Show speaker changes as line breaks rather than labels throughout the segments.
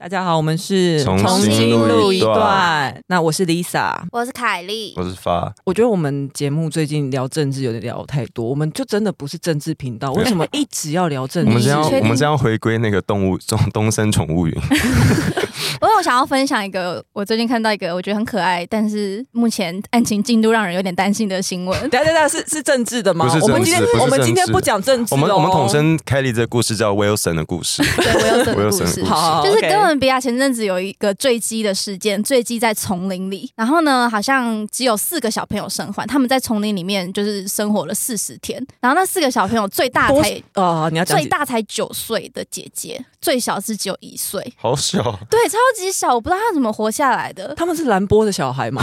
大家好，我们是
重
新录一
段。
那我是 Lisa，
我是凯莉，
我是发，
我觉得我们节目最近聊政治有点聊太多，我们就真的不是政治频道，为什么一直要聊政
我
治？
们这样
你确定
我们这样回归那个动物中东 森宠物云，
我有想要分享一个，我最近看到一个我觉得很可爱，但是目前案情进度让人有点担心的新 闻。
等一下等一下是是政治的吗？
不是
我们
政治
今天
不是
我们
政
今天
治
不讲政治、
我
哦，
们我们统称凯莉这个故事叫 Wilson 的故 事，
对，我有这个故
Wilson
事
的故。
好好，
就是
OK
哥伦比亚前阵子有一个坠机的事件，坠机在丛林里，然后呢，好像只有四个小朋友生还，他们在丛林里面就是生活了四十天，然后那四个小朋友最大
多
才
啊，你要讲
最
几
大才九岁的姐姐，最小是只有一岁，
好 小，
对，超级小，我不知道她怎么活下来的。
他们是蓝波的小孩 吗？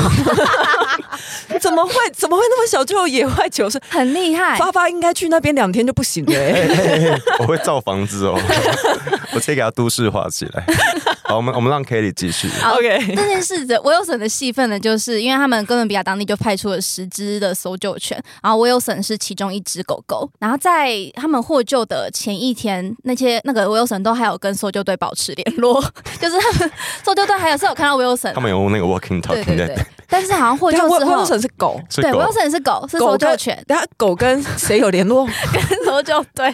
怎么会怎么会那么小就有野外求生？
很厉害，
发发应该去那边两天就不行了、欸。
嘿嘿嘿我会造房子 哦，我直接给它都市化起来。好，我们我们让凯莉继续，
好
OK，
这件事的 Wilson 的戏份呢，就是因为他们哥伦比亚当地就派出了十只的搜救犬，然后 Wilson 是其中一只狗狗。然后在他们获救的前一天，那些那个 Wilson 都还有跟搜救队保持联络， 就是他们搜救队还有是有看 到 Wilson，
他们有用那个 Walking
对对
Talking
对
的，，
但是好像获救
但
之后
Wilson 是狗，
是
对
狗
Wilson 是狗，是
狗
搜救
跟
犬，
等下狗跟谁有联络？
搜救队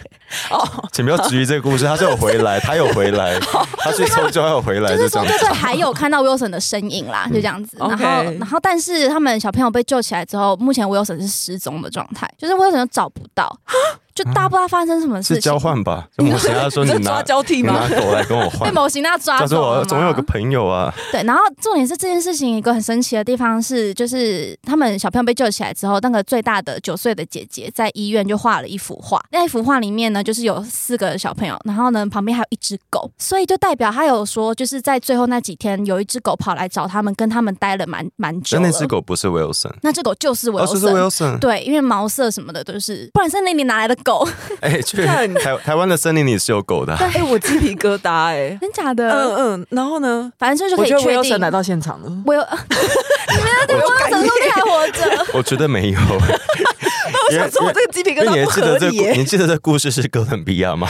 哦，
请不要质疑这个故事，他是有回 来，他有回来，他去搜救，他有回来，
就
这
是搜
样
救队还有看到 Wilson 的身影啦，就这样子。然后
OK
然后但是他们小朋友被救起来之后，目前 Wilson 是失踪的状态，就是 Wilson 就找不到， 就大家不知道发生什么事
是
情。
交换吧？就模型他说你
这
拿
抓交替
你
吗
拿？狗来跟我换
被，某 型那抓
他说
走了
我
嘛
总有个朋友啊，
对，然后重点是这件事情一个很神奇的地方是，就是他们小朋友被救起来之后，那个最大的九岁的姐姐在医院就画了一幅画，那一幅画里面呢，就是有四个小朋友，然后呢旁边还有一只狗，所以就代表他有说，就是在最后那几天有一只狗跑来找他们，跟他们待了蛮蛮久
但
了。
那只，狗不是 Wilson，
那只狗就是
哦，是是
Wilson。
Wilson，
对，因为毛色什么的都是，不然森林里哪来的 狗？
哎，去
看
台台湾的森林里是有狗的啊，
哎、我鸡皮疙瘩哎、
真假的？
嗯嗯，然后呢？
反正就
我
可以
觉得
确
Wilson
定。
来到现场了。
我有， 你们对 Wilson 说你还活着？
我觉得没有。 我
我想说，我 这个鸡皮疙
因为你
瘩不
还记得
合
这
理
故
耶、
你记得这故事是哥伦比亚吗？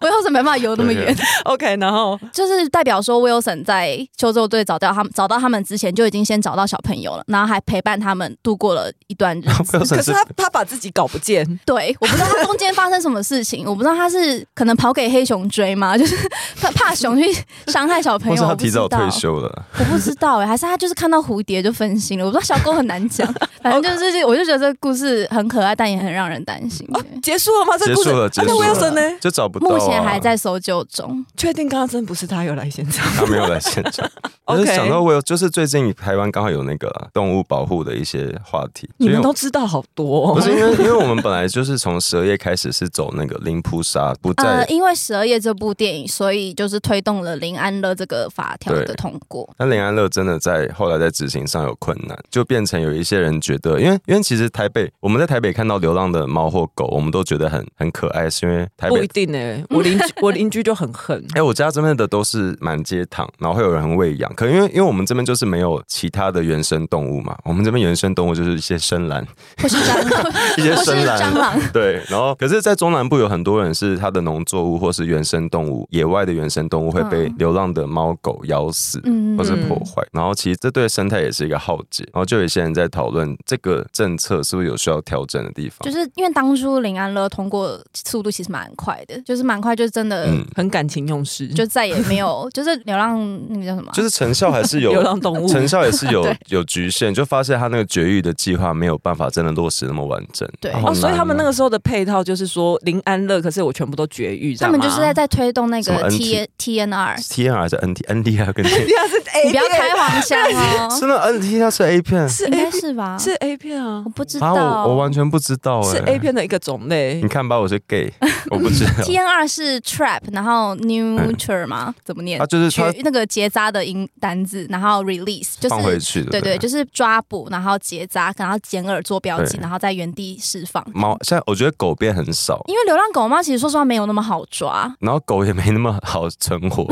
我 Wilson 没办法游那么
对
远。
OK，然后
就是代表说，Wilson 在修州队找到他们，找到他们之前就已经先找到小朋友了，然后还陪伴他们度过了一段日 子。
可
Wilson
是
是
他他把自己搞不见，
对，我不知道他中间发生什么事情，我不知道他是可能跑给黑熊追吗？ 就是怕怕熊去伤害
哎
小朋
或是
友，
他
我不
提
知
早
道，
退休了，
我不知道哎、还是他就是看到蝴蝶就分心了？我不知道小狗很难 讲，反正就是我就觉得这个故事很可爱，但也很让人担心。
哦，结束了吗？这
结
故事
束了，
啊
结
那
束
Wilson
了
呢？，
就找不到啊。
目前还在搜救中，
确定刚刚真不是他有来现场？
他没有来现 场。我
OK
是想到我有，就是最近台湾刚好有那个啊动物保护的一些话题，
你们
因为
都知道好多、
不
哦，
是因为因为我们本来就是从蛇夜开始是走那个零扑杀，不
呃，
在。
因为《十二夜》这部电影，所以就是推动了林安乐这个法条的
对
通过。
但林安乐真的在后来在执行上有困难，就变成有一些人觉得，因为因为其实台北我们在台北看到流浪的猫或狗，我们都觉得很很可爱，是因为台
不
北
一定哎、我邻居 我邻居就很恨，
哎、我家这边的都是满街躺，然后会有人喂养。可因为因为我们这边就是没有其他的原生动物嘛，我们这边原生动物就是一些深蓝，
或是蟑螂，
一些
或哦是
深
蟑
蓝。
螂，
对，然后可是，在中南部有很多人是他的农作物或是原生动物、野外的原生动物会被
嗯
流浪的猫狗咬死，
嗯
或是破坏。然后其实这对生态也是一个浩劫。然后就有一些人在讨论这个政策是不是有需要调整的地方。
就是因为当初林安乐通过速度其实蛮快的，就是蛮快，就真的、
嗯，
很感情用事，
就再也 没有，就是流浪那个叫什么啊，
就是成效还是 有
流浪动物。
成效也是有
对
有局限，就发现他那个绝育的计划没有办法真的落实那么完整。
对
好
哦，所以他们那
难哦
个时候的配套就是说零安乐，可是我全部都绝育，
他们就是在在推动那
什么
个 T
NT
T N R，
T N 还是 N T N D 还跟 T，
你是 A
你不要开黄腔
是
哦，
那 N T 它是 A 片
是哎
应该
A
是吧？
是 A 片啊
我，不知
啊，
道，
我我完全不知道
是
哎、
A 片的一个种类
你。看吧，我是 gay，我不知道。
T N R 是 trap，然后 neuter 吗？怎么念
嗯啊，？就是
绝
他
那个结扎的音单字，然后 release 就
放回
是。
去的。
对
对
对，就是抓捕，然后结扎，然后剪耳做标记，
对
然后在原地释放。
猫现在我觉得狗变很少，
因为流浪狗猫其实说实话没有那么好抓，
然后狗也没那么好存活。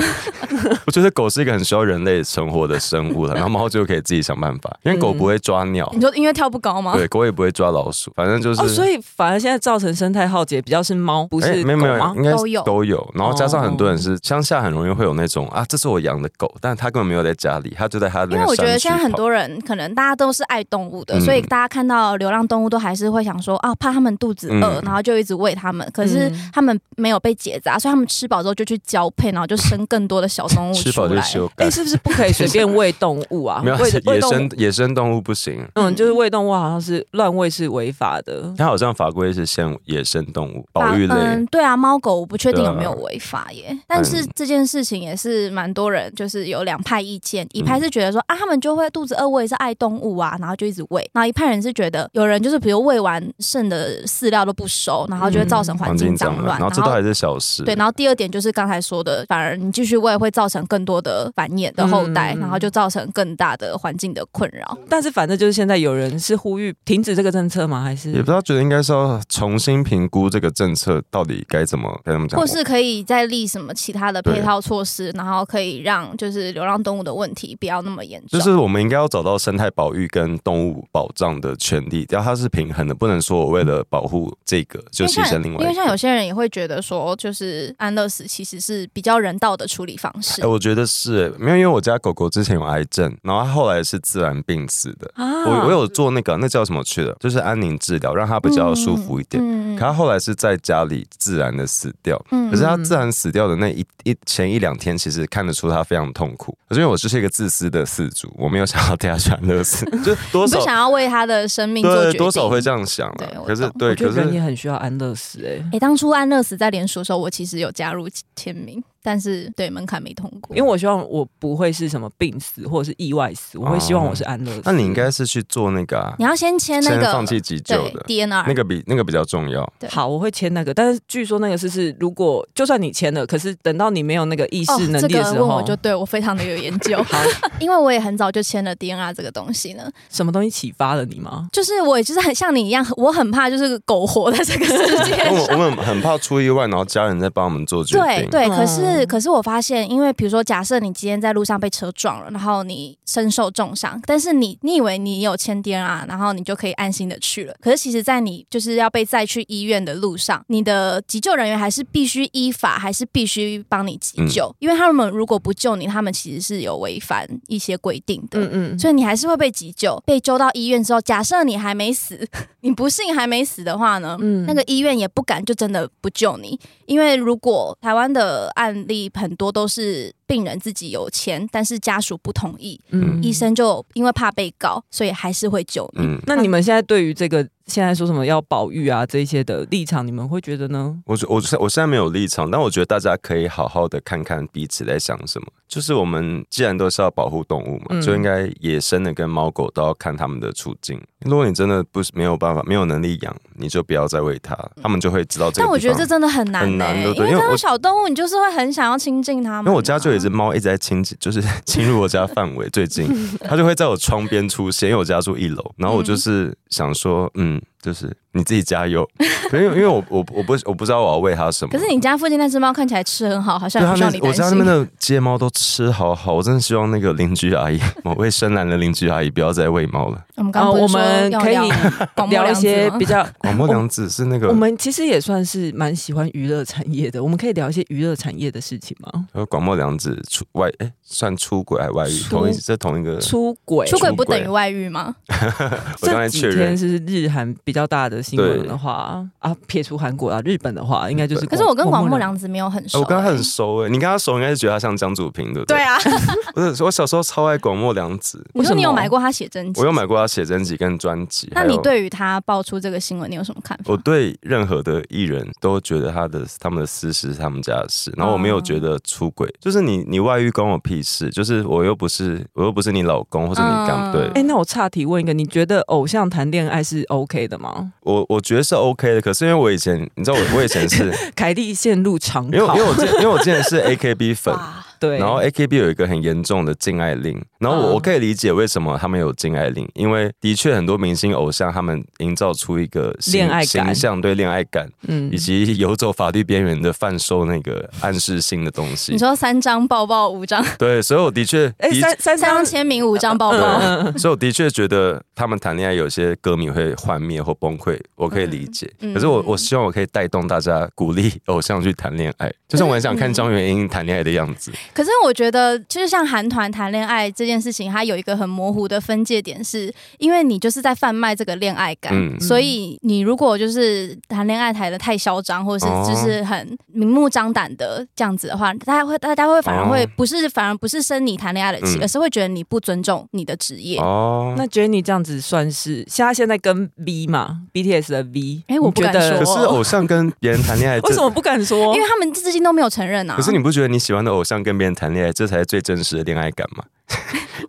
我觉得狗是一个很需要人类存活的生物了，然后猫就可以自己想办法，因为狗不会抓鸟，
嗯你说因为跳不高吗？
哦对，狗也不会抓老鼠，反正就是。
哦，所以反而现在造成生态浩劫比较是猫，不
哎
是
没有没
狗
有
吗，？
应该是
都有
都有，然后加上
哦
很多人是乡下，很容易会有那种啊，这是我养的狗，但他根本没有在家里，他就在他的
因为
那
我
个
觉
山
得
区
现在很
跑。
多人可能大家都是爱动物的，
嗯
所以大家看到流浪动物都还是会想说啊，怕它们肚子饿，
嗯
然后就一直喂它们。可是
嗯
它们没有被结扎，所以它们吃饱之后就去交配，然后就生更多的小动物
吃
出
饱就
来。
休
哎、
干，
是不是不可以随便喂动物啊？
没有
喂喂
野
动
生
物，
野生动物不行，
嗯，就是喂动物好像是乱喂是违法的。
它好像法规是限野生动物
啊
保育类。
嗯，对啊，猫狗我不确定
对啊嗯
有没有违法耶。但是这件事情也是蛮多人就是有两派意见，一
嗯
派是觉得说、啊，他们就会肚子饿，我也是爱动物啊，然后就一直喂；然后一派人是觉得有人就是比如喂完剩的饲料都不收，然后就会造成环
黄
境
金
脏
蟑
乱，
然后这都还是小事。
对，然后第二点就是刚才说的，反而你继续喂会造成更多的繁衍的后代，
嗯
然后就造成更大的环境的困扰。
但是反正就是现在有人是呼吁停止这个政策吗？还是
也不知道觉得应该是要重新评估这个政策到底该怎么该怎么讲，
或是可以再立什么其他的配
对
套措施，然后可以让就是流浪动物的问题不要那么严重。
就是我们应该要找到生态保育跟动物保障的权利，要它是平衡的，不能说我为了保护这个就
因为
牺
像
牲另外一个。
因为像有些人也会觉得说，就是安乐死其实是比较人道的处理方 式
哎、。我觉得是、没有，因为我家狗狗之前有癌症，然后它后来是自然病死的。
啊
我我有做那个那叫什么去了，就是安宁治疗，让它比较舒服一点。
嗯
可它后来是在家里自然的死掉，
嗯
可是他自然死掉的那一一前一两天，其实看得出他非常痛苦。可是因为我就是一个自私的饲主，我没有想要带他去安乐 死，就多
你不
少
想要为他的生命做决
对
定，
多少会这样想
对
了。
我
可是
懂
对，
我觉
可
得人也
是
很需要安乐死哎、
诶，当初安乐死在联署的时候，我其实有加入签名，但是对门槛没通过。
啊
因为我希望我不会是什么病死或者是意外死，我会希望我是安乐死。
哦那你应该是去做那个、啊
你、要先签那
先
个
放弃急救
对
的
DNR，
那个比那个比较重 要。
对
好，我会签那个，但是据说那个是是，如果就算你签了，可是等到你没有那个意
哦
识能
这
力的
个
时
问
候，
我就 对我非常的有研究，
好，
因为我也很早就签了 DNR 这个东西呢。
什么东西启发了你吗？
就是我也就是很像你一样，我很怕就是苟活在这个世界
因为 我
上。
我们很怕出意外，然后家人在帮我们做决
对
定。
对，
嗯
可是可是我发现，因为比如说，假设你今天在路上被车撞了，然后你身受重伤，但是你你以为你有签 DNR，然后你就可以安心的去了。可是其实，在你就是要被载去医院的路上，你的急救人员还是必须依法，还是必须帮你
嗯
急救，因为他们如果不救你，他们其实是有违反一些规定的。
嗯嗯，
所以你还是会被急救，被揪到医院之后，假设你还没死， 你不幸还没死的话呢，
嗯
那个医院也不敢就真的不救你，因为如果台湾的案例很多都是病人自己有钱，但是家属不同意，
嗯
医。生就因为怕被告，所以还是会救你。
嗯，
那你们现在对于这个现在说什么要保育啊这一些的立场，你们会觉得呢？
我觉我现我现在没有立场，但我觉得大家可以好好的看看彼此在想什么。就是我们既然都是要保护动物嘛，
嗯
就应该野生的跟猫狗都要看它们的处境。如果你真的不是没有办法、没有能力养，你就不要再喂它，它们就会知道这个地方。
但我觉得这真的很难、欸，
很难对不
因
对
为
因为
它
我
们小动物，你就是会很想要亲近它们啊、
因为我家就有一只猫一直在侵，就是 侵入我家范围。最 近，它就会在我窗边出现，因为我家住一楼。然后我
嗯
就是想说，嗯，就是你自己加油。 可是因为因为我我我不我不知道我要喂它什么。
可是你家附近那只猫看起来吃很好，好像
对
也
啊，
不需要
那
你担
我
心。
家那边的街猫都吃好好，我真的希望那个邻居阿姨，某位深蓝的邻居阿姨不要再喂猫了。
我们刚刚
哦
不
我
是说
们
要
可以
聊广播
聊一
良子
些
吗
比 较，
广播娘子是那
我
个
们其实也算是蛮喜欢娱乐产业的，我们可以聊一些娱乐产业的事情吗？
呃广播娘子出外哎、算出轨还外遇，
出
同一这同一个，
出轨，
出轨
出
不等
轨
于外遇吗？
我刚才
这几
确认
天是日韩比较大的新闻
对
的话啊，撇除韩国啊，日本的话应该就是。
可是我跟广
木
末凉子没有很熟、
哎我跟他很
欸
熟哎、你跟他熟应该是觉得他像江主平对不对？
对 啊，
不是，我小时候超爱广末凉子，
你
为什
说
么
你有买过他写真集？
我有。买过他写真集跟专辑。
那
还有
你对于他爆出这个新闻，你有什么看法
我？对任何的艺人都觉得他的他们的私事是他们家的事，然后我没有觉
哦
得出轨，就是你你外遇关我屁事，就是我又不是我又不是你老公或者你干、
嗯
哎、
对
那我岔题问一个，你觉得偶像谈恋爱是 OK 的吗？
我我觉得是 OK 的，可是因为 我以前你知道我我以前是
凯莉陷入长
因为因
考
为，我之前因为我之前是 AKB 粉，
哇
对，
然后哎 AKB 有一个很严重的禁爱令，然后我、
嗯
我可以理解为什么他们有禁爱令，因为的确很多明星偶像他们营造出一个形
恋爱感
形象，对恋爱感，
嗯
以，及游走法律边缘的贩售那个暗示性的东西
你。说三张抱抱，五张
对，所以我的确，
哎，
的
三嗯三
三张
张
签名，五张抱抱。
对，啊所以我的确觉得他们谈恋爱有些歌迷会幻灭或崩溃，我可以理解。
嗯嗯
可是我我希望我可以带动大家鼓励偶像去谈恋爱，就像我很想
嗯
看张元英谈恋爱的样子。
可是我觉得，就是像韩团谈恋爱这件事情，它有一个很模糊的分界点是，因为你就是在贩卖这个恋爱感，
嗯
所以你如果就是谈恋爱谈的太嚣张，或者
哦
是就是很明目张胆的这样子的话，大家会大家会反而会
哦
不是反而不是生你谈恋爱的气，
嗯
而是会觉得你不尊重你的职业。
哦，
嗯那 Jenny 这样子算是，像他现在跟 V 嘛，BTS 的 V，
哎我
你
不
觉
敢
得
可
说
是偶像跟别人谈恋爱，
哦为什
这
么不敢说
因？为他们至今都没有承认啊！
可是你不觉得你喜欢的偶像跟别人谈恋爱，这才是最真实的恋爱感吗？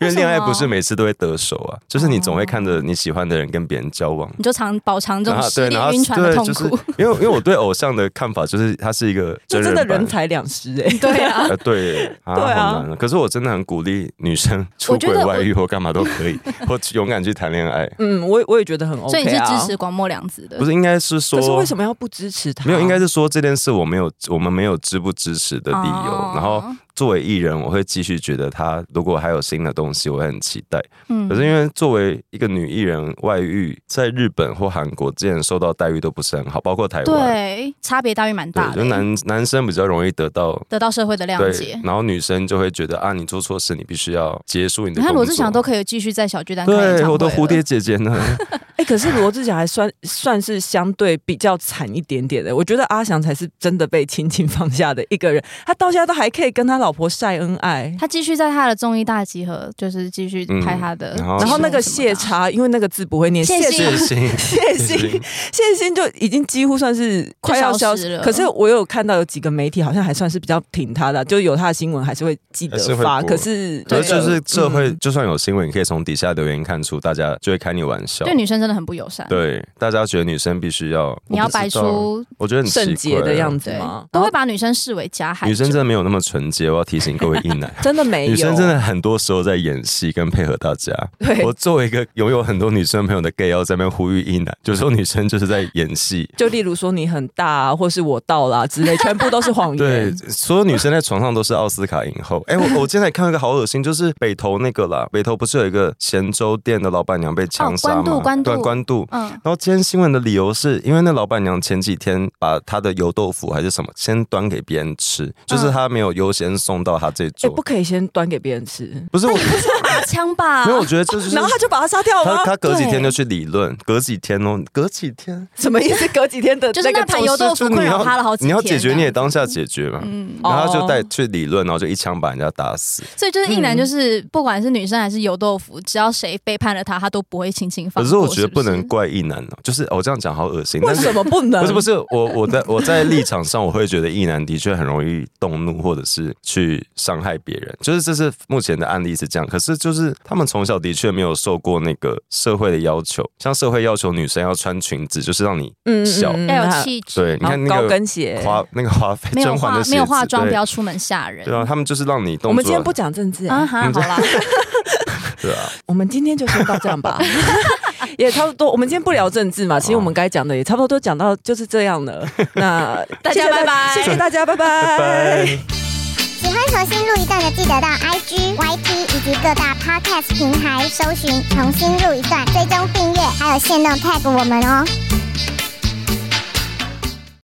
因为恋爱不是每次都会得手啊，就是你总会看
哦
着你喜欢的人跟别人交往。
你就常饱尝这
然
种
后
失
啊对，然后
恋晕船的
对，
痛
就是
苦，
因为因为我对偶像的看法就是他是一个
这真
真人
的
版
人财两失哎、
对啊，
呃，对 耶，啊，
对啊
好难啊。可是我真的很鼓励女生出
我觉
轨、
得我
外遇或干嘛都可以，或勇敢去谈恋 爱。
嗯，我也我也觉得很 OK 啊。
所以你是支持广末凉子的
不。是，应该是说，
可是为什么要不支持他？
没
啊
有，应该是说这件事我没有，我们没有支不支持的理由。
哦
然后作为艺人，我会继续觉得他如果还有新的东西，我会很期待。
嗯
可是因为作为一个女艺人，外遇在日本或韩国之前受到待遇都不是很好，包括台湾。
对差别待遇蛮大
对，
的，
就男男生比较容易得到
得到社会的谅
对
解，。
然后女生就会觉得啊，你做错事，你必须要结束你的
你
工作。
看罗志祥都可以继续在小巨蛋开演
对
唱会
我的
了
蝴蝶，姐姐呢？
哎、可是罗志祥还算算是相对比较惨一点点的。我觉得阿翔才是真的被亲情放下的一个人，他到现在都还可以跟他老婆晒恩爱。
他继续在他的综艺大集合，就是继续
嗯
拍他的节目
然后
什么的啊。
然后那个谢茶，因为那个字不会念，
谢
谢欣
欣
谢欣，
谢 欣，谢欣就已经几乎算是快要消
就消失
失
了
可是我有看到有几个媒体好像还算是比较挺他的，就有他的新闻还是会记得
还是会
发。
播
可是
可
对
是就是社会，
嗯
就算有新闻，你可以从底下留言看出，大家就会开你玩笑
对。女生真的很不友善。，
对，大家觉得女生必须要，
你要
我不知道
摆，出
我觉得很
圣洁的样
子。
子
对
吗，？
都
然
会
后
把女生视为加害者。
女生真的没有那么纯洁，我要提醒各位一 男。
真的没有，
女生真的很多时候在演戏跟配合大家。
对
我作为一个拥有很多女生朋友的 gay，要在那边呼吁一男，有时候女生就是在演戏。
就例如说你很大、啊，或是我到啦、 之类，全部都是谎
对
言。，
所有女生在床上都是奥斯卡影后。哎、 我我今天还看到一个好恶心，就是北投那个啦，北投不是有一个咸粥店的老板娘被枪杀吗？
哦关渡关渡
对关渡。
嗯，
然后今天新闻的理由是因为那老板娘前几天把她的油豆腐还是什么先端给别人吃，就是她没有优先送到她这
哎、
桌。
不可以先端给别人吃，
不是我，
啊
打枪吧
没。有，我觉得
啊
这就是
然后他就把他杀掉
他
吗？
他隔几天
对
就去理论，隔几天哦，隔几天。
什么意思？隔几天的
就是
那
那
个
盘油
重视
豆腐
就
困
你
扰
要
他了好几
你
天。
要解决，你也当下解决嘛。
嗯，
然后他就带
哦
去理论，然后就一枪把人家打死。
所以就是一男，
嗯
就是不管是女生还是油豆腐，只要谁背叛了他，他都不会轻轻放
可
过。
是我觉得不
是
能
是
怪一男哦，就是我这样讲好恶心。
为
但是
什么不能？
不是不是，我我在我在立场上，我会觉得一男的确很容易动怒，或者是去伤害别人。就是这是目前的案例是这样。可是就是他们从小的确没有受过那个社会的要求，像社会要求女生要穿裙子，就是让你
嗯，嗯
小
嗯
要有
那
哎气质，
对，你看
然后
那
高
个
跟鞋。
花那个花费
没有
甄嬛
化
的鞋
没有化
子
妆，
对
不要出门吓人。
对啊，他们就是让你动作。
我们今天不讲政治、
啊
啊，
哈，好啦，
对啊，
我们今天就先到这样吧， 也差不多。我们今天不聊政治嘛，其实我们该讲的也差不多都讲到就是这样了。那
大家
谢谢
拜拜
谢谢大家，
拜拜。
喜欢重新录一段的，记得到 IG、YT 以及各大 Podcast 平台搜寻“重新录一段”，追踪订阅，还有限定 tag 我们哦。